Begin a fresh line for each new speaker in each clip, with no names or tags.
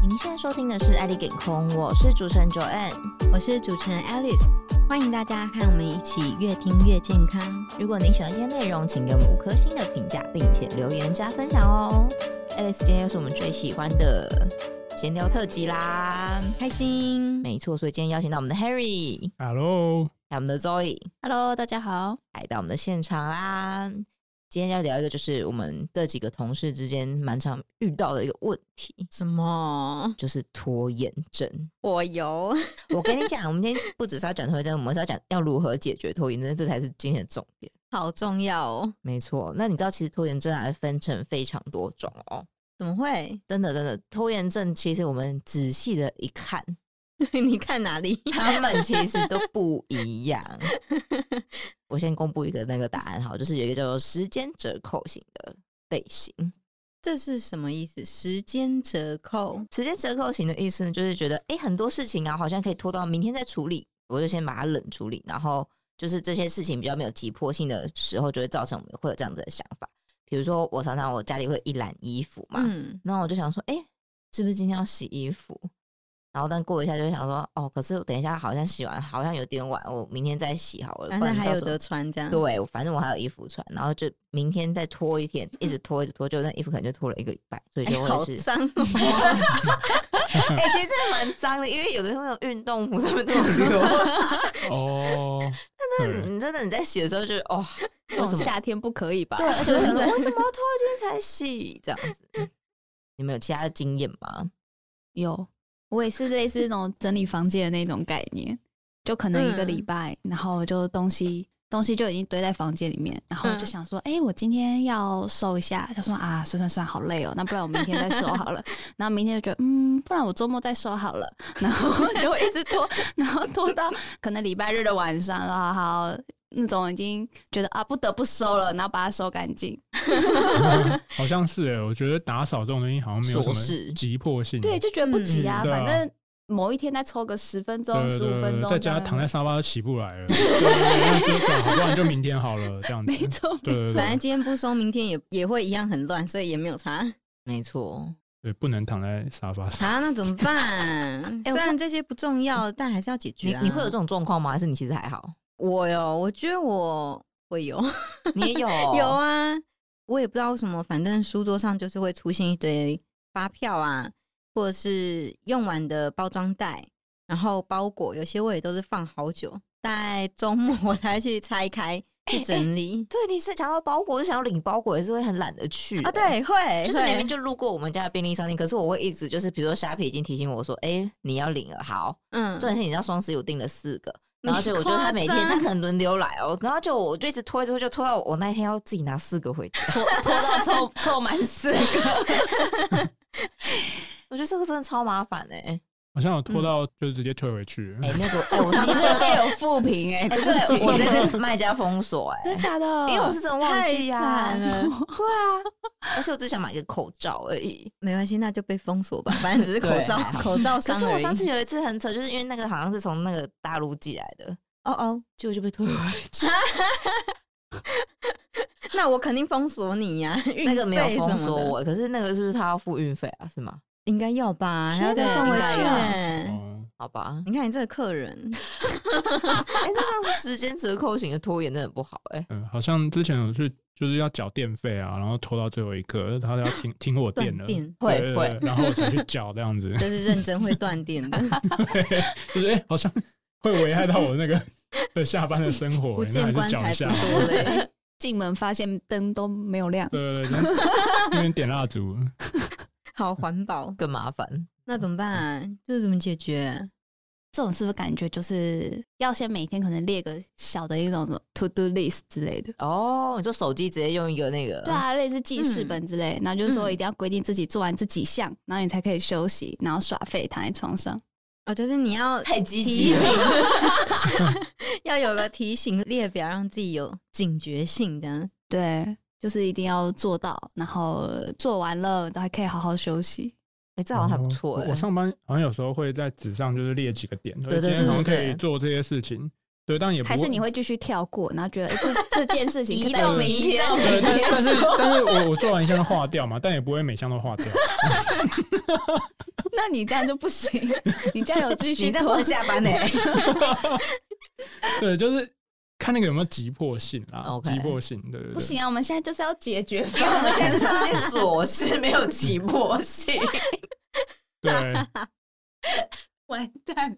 您现在收听的是《爱丽给空》，我是主持人 Joanne。
我是主持人 Alice，欢迎大家和我们一起越听越健康。
如果您喜欢今天内容，请给我们五颗星的评价，并且留言加分享哦。Alice，今天又是我们最喜欢的闲聊特辑啦。
开心
没错，所以今天邀请到我们的 Harry，
Hello，
还有我们的 Zoe
，Hello，大家好。
来到我们的现场啦。今天要聊一个，就是我们这几个同事之间蛮常遇到的一个问题，
什么？
就是拖延症。
我有
我跟你讲，我们今天不只是要讲拖延症，我们是要讲要如何解决拖延症，这才是今天的重点。
好重要哦？
没错，那你知道其实拖延症还分成非常多种哦，
怎么会？
真的真的，拖延症其实我们仔细的一看，
你看哪里？
他们其实都不一样。我先公布一个那个答案哈，就是有一个叫做时间折扣型的类型。
这是什么意思？时间折扣？
时间折扣型的意思呢，就是觉得诶很多事情啊，好像可以拖到明天再处理，我就先把它冷处理，然后就是这些事情比较没有急迫性的时候，就会造成我们会有这样子的想法。比如说，我常常我家里会一篮衣服嘛，
嗯，
然后我就想说，哎、是不是今天要洗衣服？然后但过一下就会想说，哦，可是我等一下好像洗完好像有点晚，我明天再洗好了。呃
反
不
正
然
啊还
到
有
时候
得穿这样。
对，反正我还有衣服穿，然后就明天再拖一天，一直拖一直拖，就那衣服可能就拖了一个礼拜，所以
哎
就
好
会是。
脏 哦！
哎、其实真的蛮脏的，因为有的那种运动服上面都有油。
哦，
真的，你真的你在洗的时候就哦， 为什么？
夏天不可以吧？
对，而啊且我想说，为什么要拖今天才洗？这样子，嗯你们有其他的经验吗？
有，我也是类似那种整理房间的那种概念，就可能一个
嗯
礼拜，然后就东西东西就已经堆在房间里面，然
嗯
后就想说，哎、我今天要收一下，他说啊，算算算，好累哦，那不然我明天再收 好了，然后明天就觉得，嗯，不然我周末再收好了， 然后就会一直拖， 然后拖到可能礼拜日的晚上，啊，好。那种已经觉得啊不得不收了，然后把它收干净。
好像是欸诶，我觉得打扫这种东西好像没有
琐
什
事
么急迫性，
对，就觉得不急啊，
嗯对啊
反正某一天再抽个十分钟、
对
十
对
五分
对
钟，
在家躺在沙发都起不来了，对对对那就走，好不然就明天好了，这样子，
没错，
对对
反
对，
正今天不收，明天也也会一样很乱，所以也没有 差。
没错，
对，不能躺在沙发上，
啊，那怎么办？
哎
虽
我
然这些不重要，但还是要解决
你
啊。
你会有这种状况吗？还是你其实还好？
我有，我觉得我会有，
你也 有
有啊，我也不知道为什么，反正书桌上就是会出现一堆发票啊，或者是用完的包装袋，然后包裹，有些我也都是放好久，在周末我才去拆开去 整理。
对，你是想要包裹，就想要领包裹，也是会很懒得去
啊，。对，会，
就是明明
会
就路过我们家的便利商店，可是我会一直就是，比如说虾皮已经提醒我说，哎、你要领了，好。
嗯
重，点是你知道双十一我订了四个，
你
然后就我觉得他每天
夸
他
张
可能轮流来哦，然后就我就一直拖一直拖，就拖到我那一天要自己拿四个回家。
拖拖到 凑凑满四个，
我觉得这个真的超麻烦哎、欸，
好像有拖到就直接退回去了，
哎、那个哎、我上
你
次就
这边有负评哎，
哎、
对不
对我
起，
这个卖家封锁哎、
真的假的？
因为我是真的忘记啊，
太惨
对
了
啊，而且我只想买一个口罩而已。
没关系，那就被封锁吧，反正 只是口罩
对还，好
口罩
可
伤
是
而
我
已
上次有一次很扯，就是因为那个好像是从那个大陆寄来的，
哦哦，
结果就被退回去。
那我肯定封锁你呀、运
那个没有
费什
封
么
锁
的，
我，可是那个是不是他要付运费啊？是吗？
应该要吧，
啊
然后再
对
送回
应该
去。
哦，
好 吧，
你看你这个客人，
哎、那这样时间折扣型的拖延真的很不好哎、
嗯，好像之前有去就是要缴电费啊，然后拖到最后一刻，他要停停我电
断
了，
电，
对
会
对
会
对，然后我才去缴这样子，
这是认真会断电 的，
就是哎、欸好像会危害到我那 个的下班的生活、
不
欸，那还
见
是
棺
讲
材
一
不
下。
多嘞。
进门发现灯都没有亮，
对对对，那边点蜡烛，
好环保，
更麻烦。
那怎么办、这是怎么解决？
这种是不是感觉就是要先每天可能列个小的一种 to do list 之类的？
哦，你说手机直接用一个那个，
对，啊，类似记事本之
嗯
类，然后就是说一定要规定自己做完这几项，然后你才可以休息，然后耍废躺在床上。
哦，就是你要
太积
提
极
醒
了。，
要有个提醒列表，让自己有警觉性，这样。
对，就是一定要做到，然后做完了，然后还可以好好休息。
哎、这好像还不错
哦我
哎、
我上班好像有时候会在纸上就是列几个点，所
对
以
对
今天好像
对
可
对
以
对
做这些事情。对，但也不
还是你会继续跳过，然后觉得、诶这这件事情可以
移到明天
移到
对，
明
但
天
但是
做。
但是我我做完一项就划掉嘛，但也不会每项都划掉。
那你这样就不行，你这样有继续
你在
拖
我，下班欸呢、
对，就是看那个有没有急迫性啦，
OK
急迫性，对对对，
不行啊！我们现在就是要解决方
因 为我们现在就是 这些 琐事没有急迫性，
对，
啊完蛋了，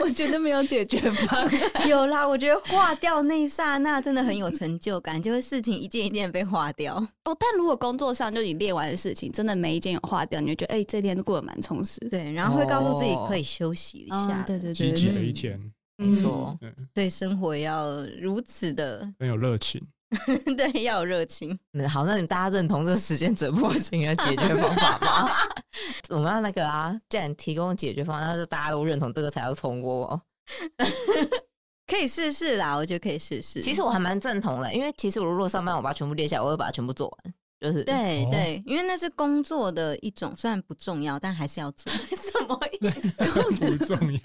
我觉得没有解决方案。
有啦，我觉得化掉那一刹那真的很有成就感，就是事情一件一件被化掉。
哦，但如果工作上就你列完的事情，真的每一件有划掉，你就觉得哎、这天过得蛮充实的。
对，然后会告诉自己
哦
可以休息一下，
嗯对对
积
对
极
对
的
对，
一天，
没错。
对，
对生活要如此的，
很有热 情。
对，要有热情。
嗯，好，那你们大家认同这个时间折迫型的解决方法 吗？我们要那个啊，既然提供解决方案，那就大家都认同这个才要通过哦。
可以试试啦，我觉得可以试试。
其实我还蛮正统的，因为其实我如果上班，我把它全部列下来，我会把它全部做完。就是
对
哦
对，因为那是工作的一种，虽然不重要，但还是要 做。
什么意思？
不重要。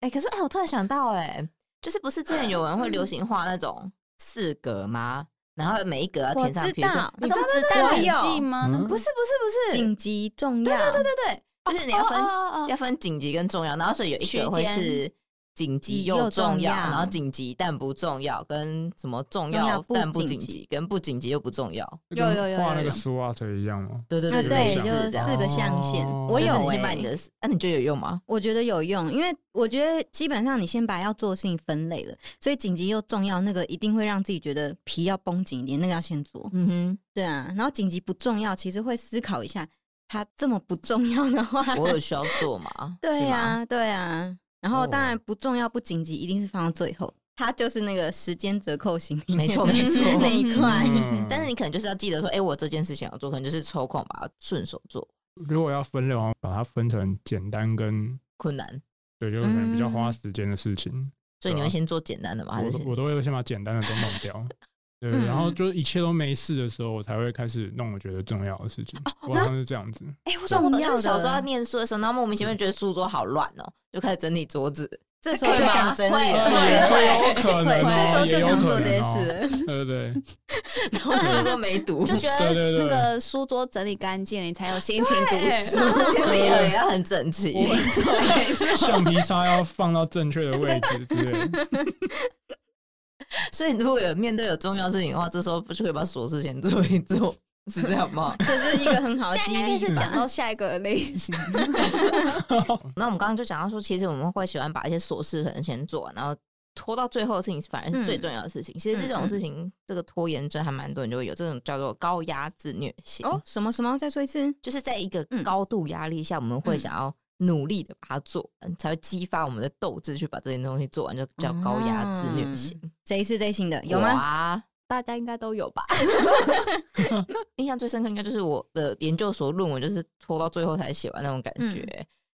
哎、可是哎、我突然想到、哎，就是不是之前有人会流行画那种四格吗？然后每一格要
我
填上，
知
比如说
道，
你
那
知
种
道
子
对
弹
对
我
笔
有
记吗？那
嗯
不是不是不是，
紧急重要，
对对对对对，就是你要分、
哦哦哦哦
要分紧急跟重要，然后所以有一
区
个会
间
是紧急
又
又重
重
要，
要
然后紧急但不重要，跟什么重
重
要
要不
但不
紧
紧
急
急，跟不紧急又不重要。
有有有有
画那
有
个苏瓦特一样吗？
对对
啊
对
对，
有点
就是
这样
四个象限。
哦
我
就
有
是你去
欸
卖你的，那、你觉得有用吗？
我觉得有用，因为我觉得基本上你先把要做的事情分类了，所以紧急又重要，那个一定会让自己觉得皮要绷紧一点，那个要先做。
嗯哼。
对啊，然后紧急不重要，其实会思考一下，它这么不重要的话，？
我有需要做吗
对啊呀、
呀、
对呀、然
哦
后当然不重要不紧急一定是放到最后，它就是那个时间折扣型里
没
面
错
的
没错
那一
哎
块。
嗯
但是你可能就是要记得说，哎、我这件事情要做，可能就是抽空把它顺手做，
如果要分类，我把它分成简单跟
困难。
对，就可能比较花
嗯
时间的事情。
所以你
对啊
会先做简单的吗？还
我
是
都
先
我都会先把简单的都弄 掉。对，
嗯
然后就是一切都没事的时候，我才会开始弄我觉得重要的事情。
哦
我好像是这样子，
哎、我懂我懂，就
重要
是小时候
的
要 念书的时候，然后莫名其妙觉得书桌好乱哦、就开始整理桌子。哎
这时候
啊
就想整理
会
了，对
有可能 哦
会，这时候
也
就
有
想做
可能
这些
哦
事了。？
对对对，
然后书都没 读，
就觉得
对对对
那个书桌整理干净，你才有心情读书。
前面人也要很整齐。
橡皮擦要放到正确的位置之类的。
所以如果有面对有重要事情的话，这时候不就可以把琐事先做一做，是这样吗
这是一个很好 的
这样
激
应该
励。
是讲到下一个类 型，
那我们刚刚就讲到说，其实我们会喜欢把一些琐事可能先做完，然后拖到最后的事情反而是最重要的事情。其实这种事情，这个拖延症还蛮多人就会有，这种叫做高压自虐型。
哦，什么什么？再说一次。
就是在一个
嗯
高度压力下，我们会
嗯
想要努力的把它做完，才会激发我们的斗志去把这件东西做完，就叫高压自虐型。啊
这一次这一型啊的有吗？
吗？
大家应该都有吧？
印象最深刻应该就是我的研究所论文，就是拖到最后才写完那种感
嗯
觉。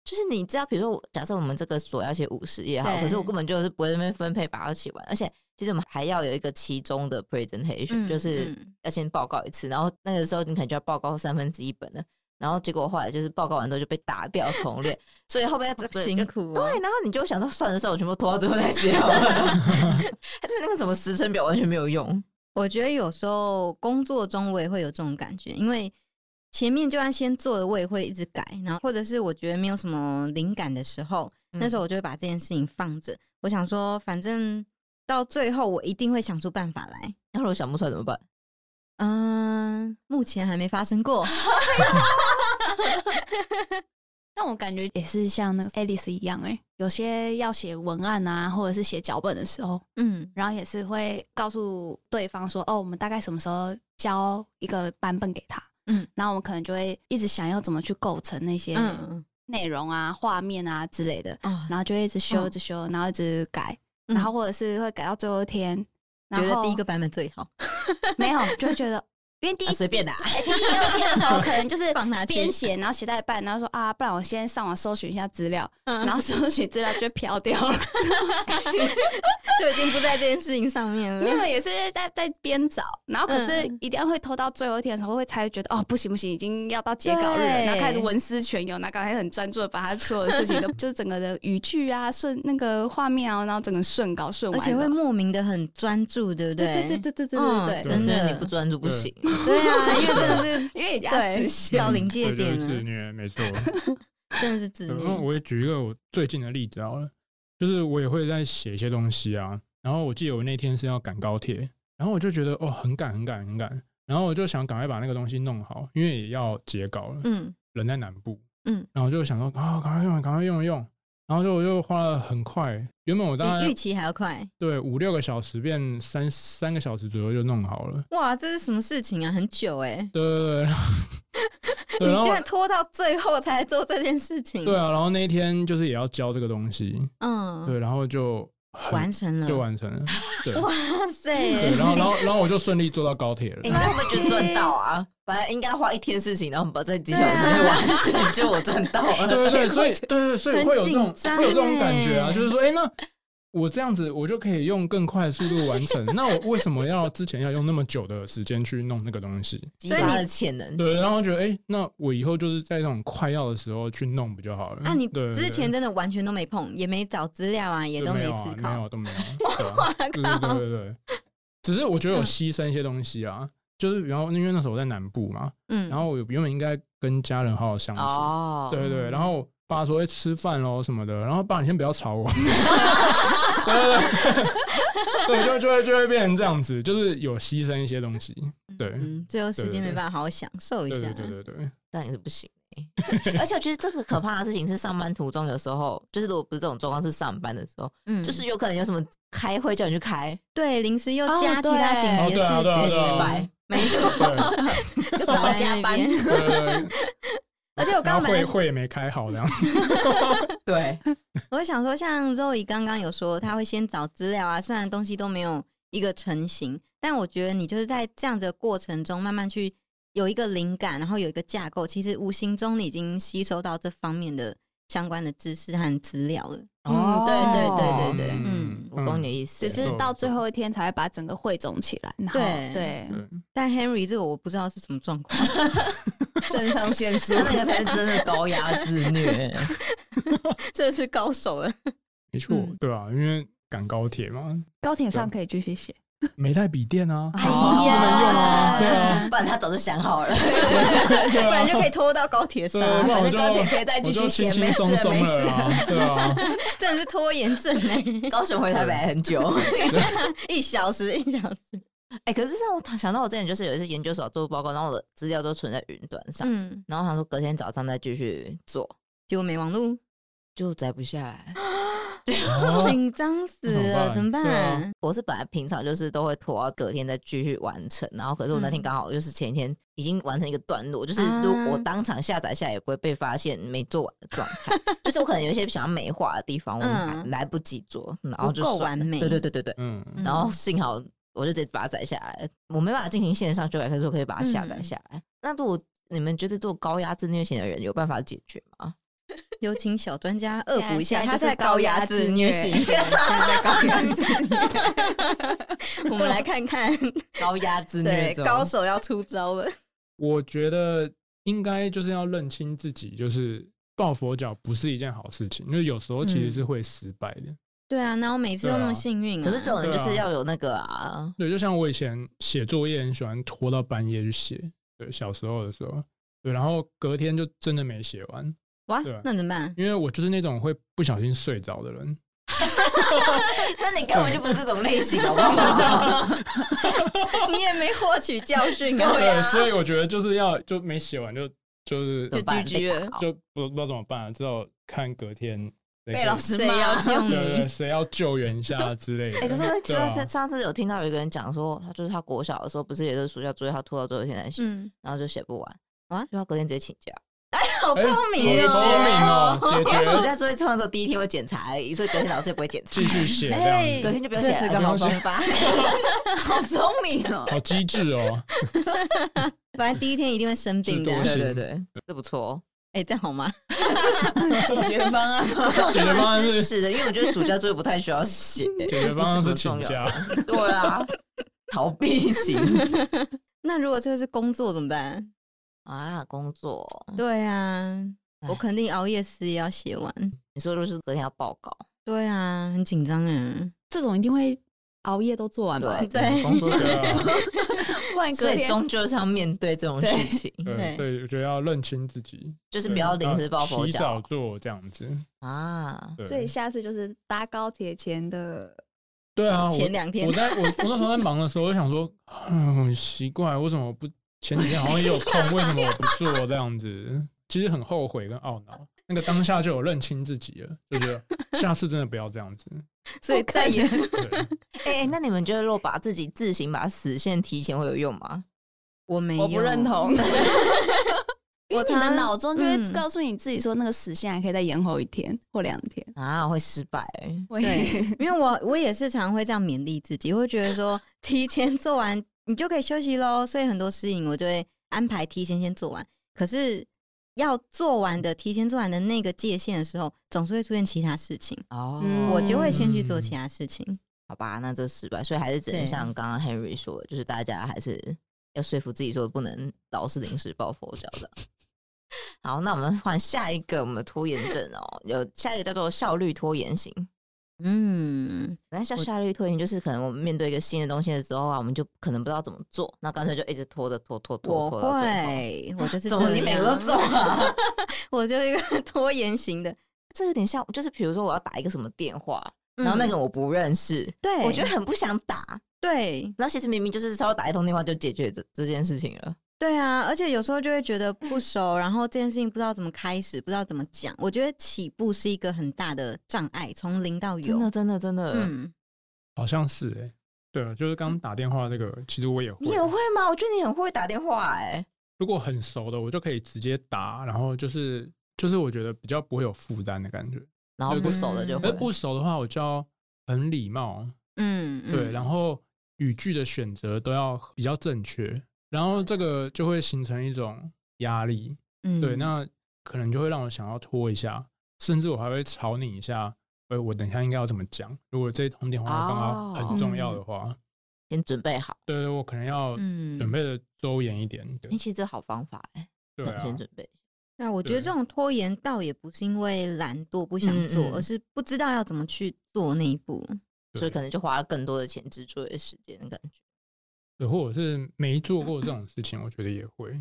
就是你知道，比如说我，假设我们这个所要写五十页好，
对
可是我根本就是不会在那边分配把它写完，而且其实我们还要有一个其中的 presentation，、
嗯
就是
嗯
要先报告一次，然后那个时候你可能就要报告三分之一本了，然后结果后来就是报告完之后就被打 掉重练，所以后面要这个
辛苦哦
对，然后你就想说，算了算了，我全部拖到最后再写好 了，他对那个什么时辰表完全没有用。
我觉得有时候工作中我也会有这种感觉，因为前面就算先做了，我也会一直改，然后或者是我觉得没有什么灵感的时候，那时候我就会把这件事情放着，我想说反正到最后我一定会想出办法来。
那如果想不出来怎么办？
嗯、目前还没发生过。
但我感觉也是像那个 Alice 一样、欸，有些要写文案啊，或者是写脚本的时候，
嗯，
然后也是会告诉对方说，哦，我们大概什么时候交一个版本给他，
嗯，
然后我们可能就会一直想要怎么去构成那些
嗯，
内容啊、画面啊之类的，
哦，
然后就会一直修、
嗯
一直修，然后一直改，然后或者是会改到最后一天，然
觉
后
得第一个版本最好，
没有，就会觉得。因为第一
啊随、便的、啊，
第一第二天的时候，可能就 是
放哪去
边写，然后写到一半，然后说啊，不然我先上网搜寻一下资料，
然
然后搜寻资料就飘掉了。
就已经不在这件事情上面
因
了。
为也是在在边找，然后可是
嗯
一定要会拖到最后一天的时候，会才会觉得哦，不行不行，已经要到截稿日了，
对
然后开始文思泉涌，然后刚才很专注的把他所有的事情都， 就是整个的语句啊、顺那个画面啊，然后整个顺稿顺
而
完的，
且会莫名的很专注，对不
对
对
对对对对对对
嗯
对对
嗯
真
所以
的
你不专注不行。
对啊，因为真的 是
因为
对 到临界
对
点
就是自
了，
虐，没错。
真的是自
然后
虐。
我也举一个我最近的例子好了，就是我也会在写一些东西啊。然后我记得我那天是要赶高铁，然后我就觉得哦，很赶，很赶，很赶。然后我就想赶快把那个东西弄好，因为也要截稿了，
嗯
人在南部。
嗯，
然后我就想说啊，赶快用，赶快用一用。然后就我就花了很快，原本我大
比
概
预期还要快，
对五六个小时变三三个小时左右就弄好了。
哇，这是什么事情啊？很久哎，
对对对，然 后对
你
然后
居然拖到最后才做这件事情，
对啊，然后那一天就是也要交这个东西，
嗯，
对，然后就很
完成了，
就完嗯成了，对。
哇
对，
塞，
然后然后然后我就顺利坐到高铁了
哎、。那我们就赚到 啊！本来应该花一天事情，然后我们把这几小时内完成，就我赚到 了。
对对对，所以对对对，所以
很
会有这
紧
种
张
会有这种感觉啊，
欸
就是说，哎，那我这样子我就可以用更快的速度完成，那我为什么要之前要用那么久的时间去弄那个东西？
激发了潜能，
对，然后觉得，哎，那我以后就是在这种快要的时候去弄不就好了？
那啊你
对
之前真的完全都没碰，也没找资料啊，也
也
都
没有啊
思
没
考，
有都 没有，对啊对对对对对，只是我觉
嗯
得有牺牲一些东西啊。就是，然后因为那时候我在南部嘛，
嗯，
然后我原本应该跟家人好好相处，
哦，
对对，然后我爸说：“哎、吃饭喽什么的。”然后爸，你先不要吵我。对对对，对，就就会就会变成这样子，就是有牺牲一些东西。对，
嗯，最后时
对
间
对
没办法好好享受一
对
下
对，对对对，
但也是不行欸、 而且我觉得这个可怕的事情是，上班途中有时候，就是如果不是这种状况，是上班的时候，
嗯，
就是有可能有什么开会叫你去开，
对临时又
哦
加其他
对
紧
哦
急
对啊对啊
的事
直接
对
失
情，
啊
败。
没错，
对啊
就只好加 班。
在那边
对对对。
而且我
然
刚
后
刚本
会
来
会也没开好，这样。
对，
我想说，像 Zoe 刚刚有说，他会先找资料啊，虽然东西都没有一个成型，但我觉得你就是在这样子的过程中，慢慢去有一个灵感，然后有一个架构，其实无形中你已经吸收到这方面的相关的知识和资料了。
哦
嗯，对对对对对，
嗯
我懂你的意思
只
了。
是到最后一天才会把整个汇总起来，然后
对
对
但 Henry 这个我不知道是什么状况，
肾上腺 素
他那个才是真的高压自 虐。
这是高手了。
没错
嗯，
对啊，因为赶高铁嘛，
高铁上可以继续写，
没带笔电
哦
啊。
哎
哦
呀
不能用啊对 啊
不然他早就想好了。
对
不
啊
然就可以拖到高铁上，
对啊那
啊反
我
正
就
高铁可以再
我
继
就
续写
轻，轻
没事
松松
没事
了。啊，对啊，
真的是拖延症哎、
高雄回台北还很久。
一小时一小时，
哎、可是让我想到我之前就是有一次研究所做报告，然后我的资料都存在云端上，
嗯，
然后我想说隔天早上再继续做，
结果没网路，
就摘不下来。
哦
紧张死了，
那
怎
怎
么
么办啊
办？
我是本来平常就是都会拖到隔天再继续完成，然后可是我那天
嗯
刚好就是前一天已经完成一个段落，就是如果我当场下载下来也不会被发现没做完的状态，就是我可能有一些想要美化的地方，我
嗯
来来不及做，然后就
不够
算了
完美
对对对对对，
嗯，
嗯
然后幸好我就直接把它载下来，我没办法进行线上修改，可是我可以把它下载下来。那如果你们觉得做高压自虐型的人有办法解决吗？
有请小专家恶补一下，
现
他
在就是
在高压自 虐型，
高
现在高压 自虐。我们来看看，
高压自
对
虐，
高手要出招了。
我觉得应该就是要认清自己，就是抱佛脚不是一件好事情，因为有时候其实是会失败的。
对啊，那我每次都那么幸运
可
啊，
是这种人就是
对啊
要有那个啊，
对，就像我以前写作业很喜欢拖到半夜去写，对，小时候的时候，对，然后隔天就真的没写完，
哇
对啊，
那怎么办？
因为我就是那种会不小心睡着的人。
那你根本就不是这种类型，好不 好？
你也没获取教 训啊，
对啊
所以我觉得就是要就没写完就就是
怎
就
么办
GG 了
就不不知道怎么办、啊只好看隔天谁可以
被老师
谁要
骂。
救
对对
你嗯
对？谁要救援一下之类的。
哎、可是我知
对啊
道，上次有听到有一个人讲说，他就是他国小的时候，不是也是暑假作业，他拖到最后一天才写，
嗯，
然后就写不完，
啊
啊，就他隔天直接请假。
好聪明
哎
哦，
好聪明哦，
因
解
为暑
决
假作业通常只有第一天会检查而已，所以隔天老师也不会检查
继，续写这样子
隔。天就不要写
这是
了
个。好方法，好聪明哦！
好机智哦！
反正第一天一定会生病的啊。
制
对对
度
对，这不错哦。
哎，这样好吗？
解决方案，
可是我觉
解
得
决方
蛮
案是
支持的，因为我觉得暑假作业不太需要写，
解决方案是请
这
假，
不是什么重要的。对啊，逃避型
那如果这个是工作怎么办？
啊，工作。
对啊，我
唉
肯定熬夜诗也要写完。
你说就是隔天要报告，
对啊，很紧张哎。
这种一定会熬夜都做完吧？
对
对
工作者
啊对啊
不然
所
隔
以
天
终究是要面对这种
对
事情，
对
对
对，我觉得要认清自己，
就是
对
不要临时
啊
抱佛
提早
脚
做这样子，
啊。
对
所以下次就是搭高铁前的，
对啊，我
前两天
我在我我那时候在忙的时候，我就想说，嗯，很奇怪，为什么我不前几天好像也有空，为什么我不做这样子？其实很后悔跟懊恼，那个当下就有认清自己了，就觉得下次真的不要这样子。
所以再 也
对，
哎、那你们觉得如果把自己自行把死线提前会有用吗？
我没有，
我不认 同。因为你
常
的
常
脑中就会
嗯
告诉你自己说，那个死线还可以再延后一天或两天。
啊，会失败、欸。
我 也
对，因为我我也是常会这样勉励自己，会觉得说提前做完你就可以休息喽。所以很多事情我就会安排提前先做完。可是要做完的提前做完的那个界限的时候，总是会出现其他事情，
哦，
嗯
我就会先去做其他事情。
好吧，那这失败，所以还是只能
对
像刚刚 Henry 说的，就是大家还是要说服自己说不能老是临时抱佛脚的。好，那我们换下一个我们的拖延症哦，有下一个叫做效率拖延型。
嗯，
本来叫
我
效率拖延，就是可能我们面对一个新的东西的时候啊，我们就可能不知道怎么做，那干脆就一直拖着拖拖拖
我
拖到最后。
会，我就是
怎么
这
你每
样
个都中啊？
我就一个 拖延型的。
这有点像，就是比如说我要打一个什么电话，然后那
嗯
个我不认识，
对，
我觉得很不想打，
对
然后其实明明就是稍微打一通电话就解决这这件事情了。
对啊，而且有时候就会觉得不熟，然后这件事情不知道怎么开始，不知道怎么讲。我觉得起步是一个很大的障碍，从零到
真的，
有。
真的，真的，
嗯，
好像是哎、对，就是刚打电话那个，其实我也会。
你也会吗？我觉得你很会打电话、哎，
如果很熟的，我就可以直接打，然后就是就是我觉得比较不会有负担的感觉。
然后
对
不熟的就
嗯
会
而哎不熟的话，我就要很礼貌，
嗯，嗯
对，然后语句的选择都要比较正确，然后这个就会形成一种压力，
嗯
对，那可能就会让我想要拖一下，甚至我还会吵你一下，呃，我等一下应该要怎么讲？如果这一通电话刚好很重要的话，
先准备好。
对对，我可能要
嗯
准备的周延一点，对
你其实好方法、哎、
对啊，
先准备。
那我觉得
对
这种拖延倒也不是因为懒惰不想
嗯
做，
嗯
而是不知道要怎么去做那一步。
对
所以可能就花了更多的钱，只做的时间的感觉。
对，或者是没做过这种事情，我觉得也会，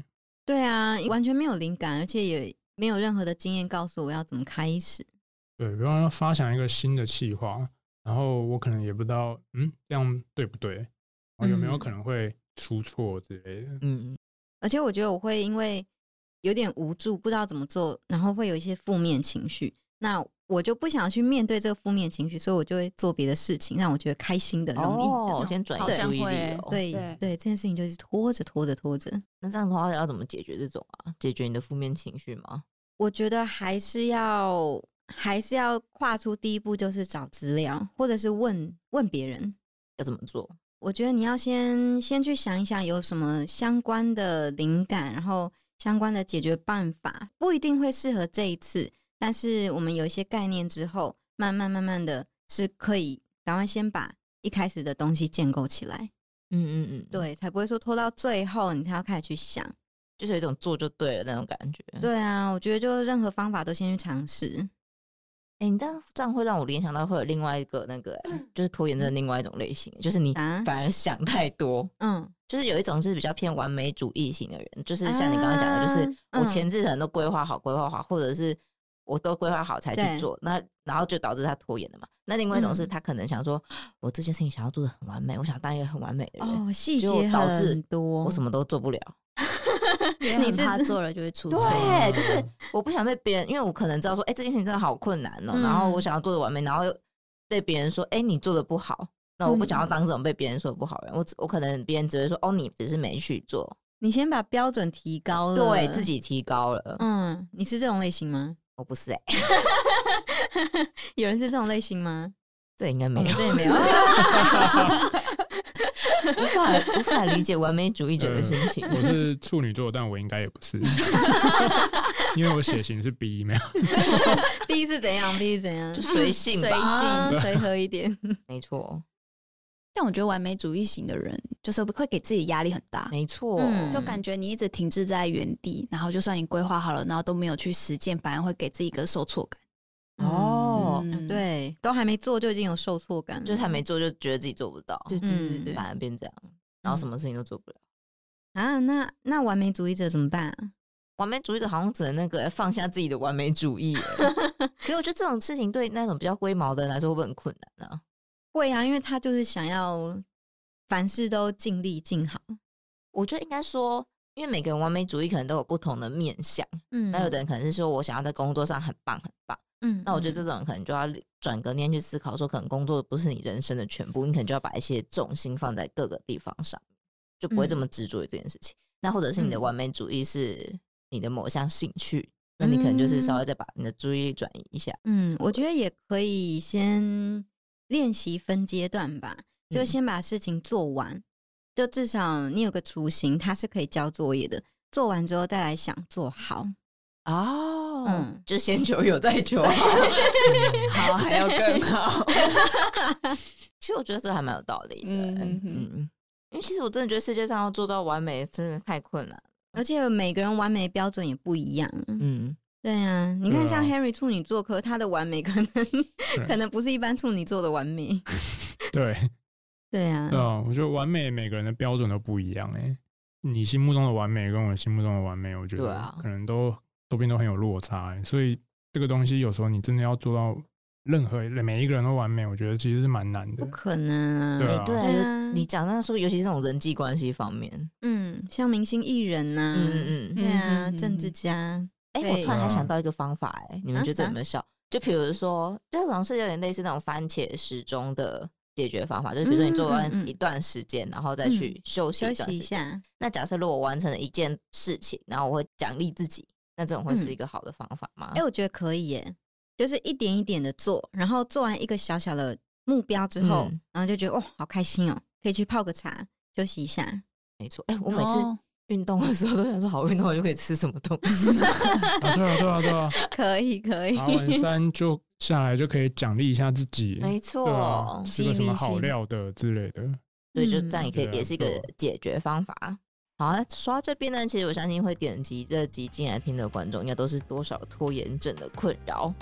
对啊，完全没有灵感，而且也没有任何的经验告诉我要怎么开始。
对，比方说发想一个新的企划，然后我可能也不知道，嗯，这样对不对？然后有没有
嗯
可能会出错之类的？
嗯，
而且我觉得我会因为有点无助，不知道怎么做，然后会有一些负面情绪。那我就不想去面对这个负面情绪，所以我就会做别的事情，让我觉得开心的、容易的。
哦，先转移
好像
注意
会
力
哎
哦。
对
对
对这件事情就是拖着拖着拖着，
那这样的话要怎么解决这种啊？解决你的负面情绪吗？
我觉得还是要还是要跨出第一步，就是找资料，或者是问问别人。
要怎么做？
我觉得你要先先去想一想有什么相关的灵感，然后相关的解决办法，不一定会适合这一次，但是我们有一些概念之后，慢慢慢慢的是可以赶快先把一开始的东西建构起来，
嗯嗯嗯，，
对，才不会说拖到最后你才要开始去想。
就是有一种做就对了那种感觉。
对啊，我觉得就任何方法都先去尝试。
哎、你这样这样会让我联想到会有另外一个那个，就是拖延症另外一种类型，就是你
嗯啊
反而想太多。
嗯，
就是有一种是比较偏完美主义型的人，就是像你刚刚讲的，就是
啊
我前置可能都规划好、规划好，或者是我都规划好才去
对
做，那然后就导致他拖延了嘛。那另外一种是
嗯
他可能想说，我这件事情想要做的很完美，我想当一个很完美的人，
哦，细
就
节
导致
很多，
我什么都做不了。
因为
你
很
是
怕做了就 会出错。
对，就是我不想被别人，因为我可能知道说，哎、这件事情真的好困难哦、
嗯
然后我想要做的完美，然后又被别人说，哎、你做的不好。那我不想要
嗯
当这种被别人说的不好的人，我只我可能别人只会说，哦，你只是没去做，
你先把标准提高了，
对自。己提高了。
嗯，你是这种类型吗？
我不是哎、
有人是这种类型吗？
这应该没
我
有
们，这也没有。
无法无法理解完美主义者的心情。
我是处女座，但我应该也不 是，因为我血型是 B 没有。
第一次怎样？第一次怎样？
就 随性
随
吧
性，随和一 点。
没错，
但我觉得完美主义型的人，就是会给自己压力很大，
没错，
嗯
就感觉你一直停滞在原地，然后就算你规划好了，然后都没有去实践，反而会给自己一个受挫感。
哦
嗯，
对，都还没做就已经有受
嗯
挫感了，
就是他没做就觉得自己做不到，
对对对对
嗯
对
嗯反而变这样，然后什么事情都做不了。
啊，那那完美主义者怎么办、啊？
完美主义者好像只能那个放下自己的完美主 义欸。可是我觉得这种事情对那种比较龟毛的人来说会不会很困难呢、
会啊，因为他就是想要凡事都尽力尽好。
我觉得应该说，因为每个人完美主义可能都有不同的面向。
嗯
那有的人可能是说我想要在工作上很棒很棒，
嗯，
那我觉得
嗯
这种人可能就要转个念去思考，说可能工作不是你人生的全部，你可能就要把一些重心放在各个地方上，就不会这
嗯
么执着于这件事情。那或者是你的
嗯
完美主义是你的某项兴趣，那你可能就是稍微
嗯
再把你的注意力转移一下。
嗯，我觉得也可以先练习分阶段吧，就
嗯
先把事情做完，就至少你有个雏形，它是可以交作业的。做完之后再来想做好，
哦
嗯
就先求有再求好。
好，还要更 好。
其实我觉得这还蛮有道理的、嗯
嗯嗯嗯
嗯嗯，因为其实我真的觉得世界上要做到完美真的太困难了。
而且每个人完美标准也不一样。
嗯，
对啊，你看
对
像
啊
Henry 处女座，可他的完美 可能可能不是一般处女座的完美。
对，
对
嗯
啊，
对啊，我觉得完美每个人的标准都不一样哎、你心目中的完美跟我心目中的完美，我觉
对
得
啊
可能都周边都很有落差、欸，所以这个东西有时候你真的要做到任何每一个人都完美，我觉得其实是蛮难
不
的。
可能
对
啊。
啊
哎对
对啊
你讲那说，尤其是那种人际关系方面，
嗯，像明星艺人呐、
嗯嗯嗯。
对啊，
嗯嗯嗯
政治家，
哎、
对
我突然还
啊
想到一个方法、哎，你们
啊
觉得
啥
有没有效？就比如说，这种是有点类似那种番茄时钟的解决方法，就是比如说你做
嗯嗯
完
嗯
一段时间，然后再去休息
休
一
息
段
一
时间。
下。
那假设如果我完成了一件事情，然后我会奖励自己，那这种会是
嗯
一个好的方法吗？
哎、我觉得可以耶，就是一点一点的做，然后做完一个小小的目标之后，
嗯
然后就觉得哦，好开心哦，可以去泡个茶，休息一下。
没错，哎、我
我
每
哦
次运动的时候都想说，好运动我就可以吃什么东 西。
啊，对啊，对啊，对啊，
可以，可以。
爬完山就下来就可以奖励一下自己，
没
对啊
错，，
吃个
激
什么
励
好
性
料的之类的。
所以就
嗯
这样也可以，
对啊
也是一个
对啊
解决方法。好，那说到这边呢，其实我相信会点击这集进来听的观众，应该都是多少拖延症的困扰。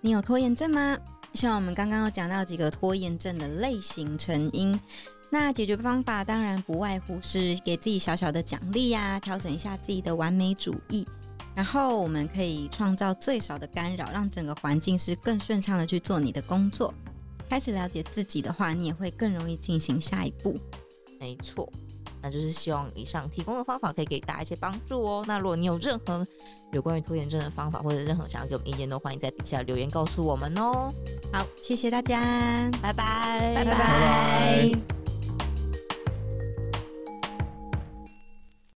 你有拖延症吗？像我们刚刚有讲到几个拖延症的类型成因，那解决方法当然不外乎是给自己小小的奖励呀、调整一下自己的完美主义，然后我们可以创造最少的干扰，让整个环境是更顺畅的去做你的工作。开始了解自己的话，你也会更容易进行下一步。
没错，那就是希望以上提供的方法可以给大家一些帮助哦。那如果你有任何有关于拖延症的方法，或者任何想要给我们意见，都欢迎在底下留言告诉我们哦。
好，谢谢大家，
拜拜，
拜
拜拜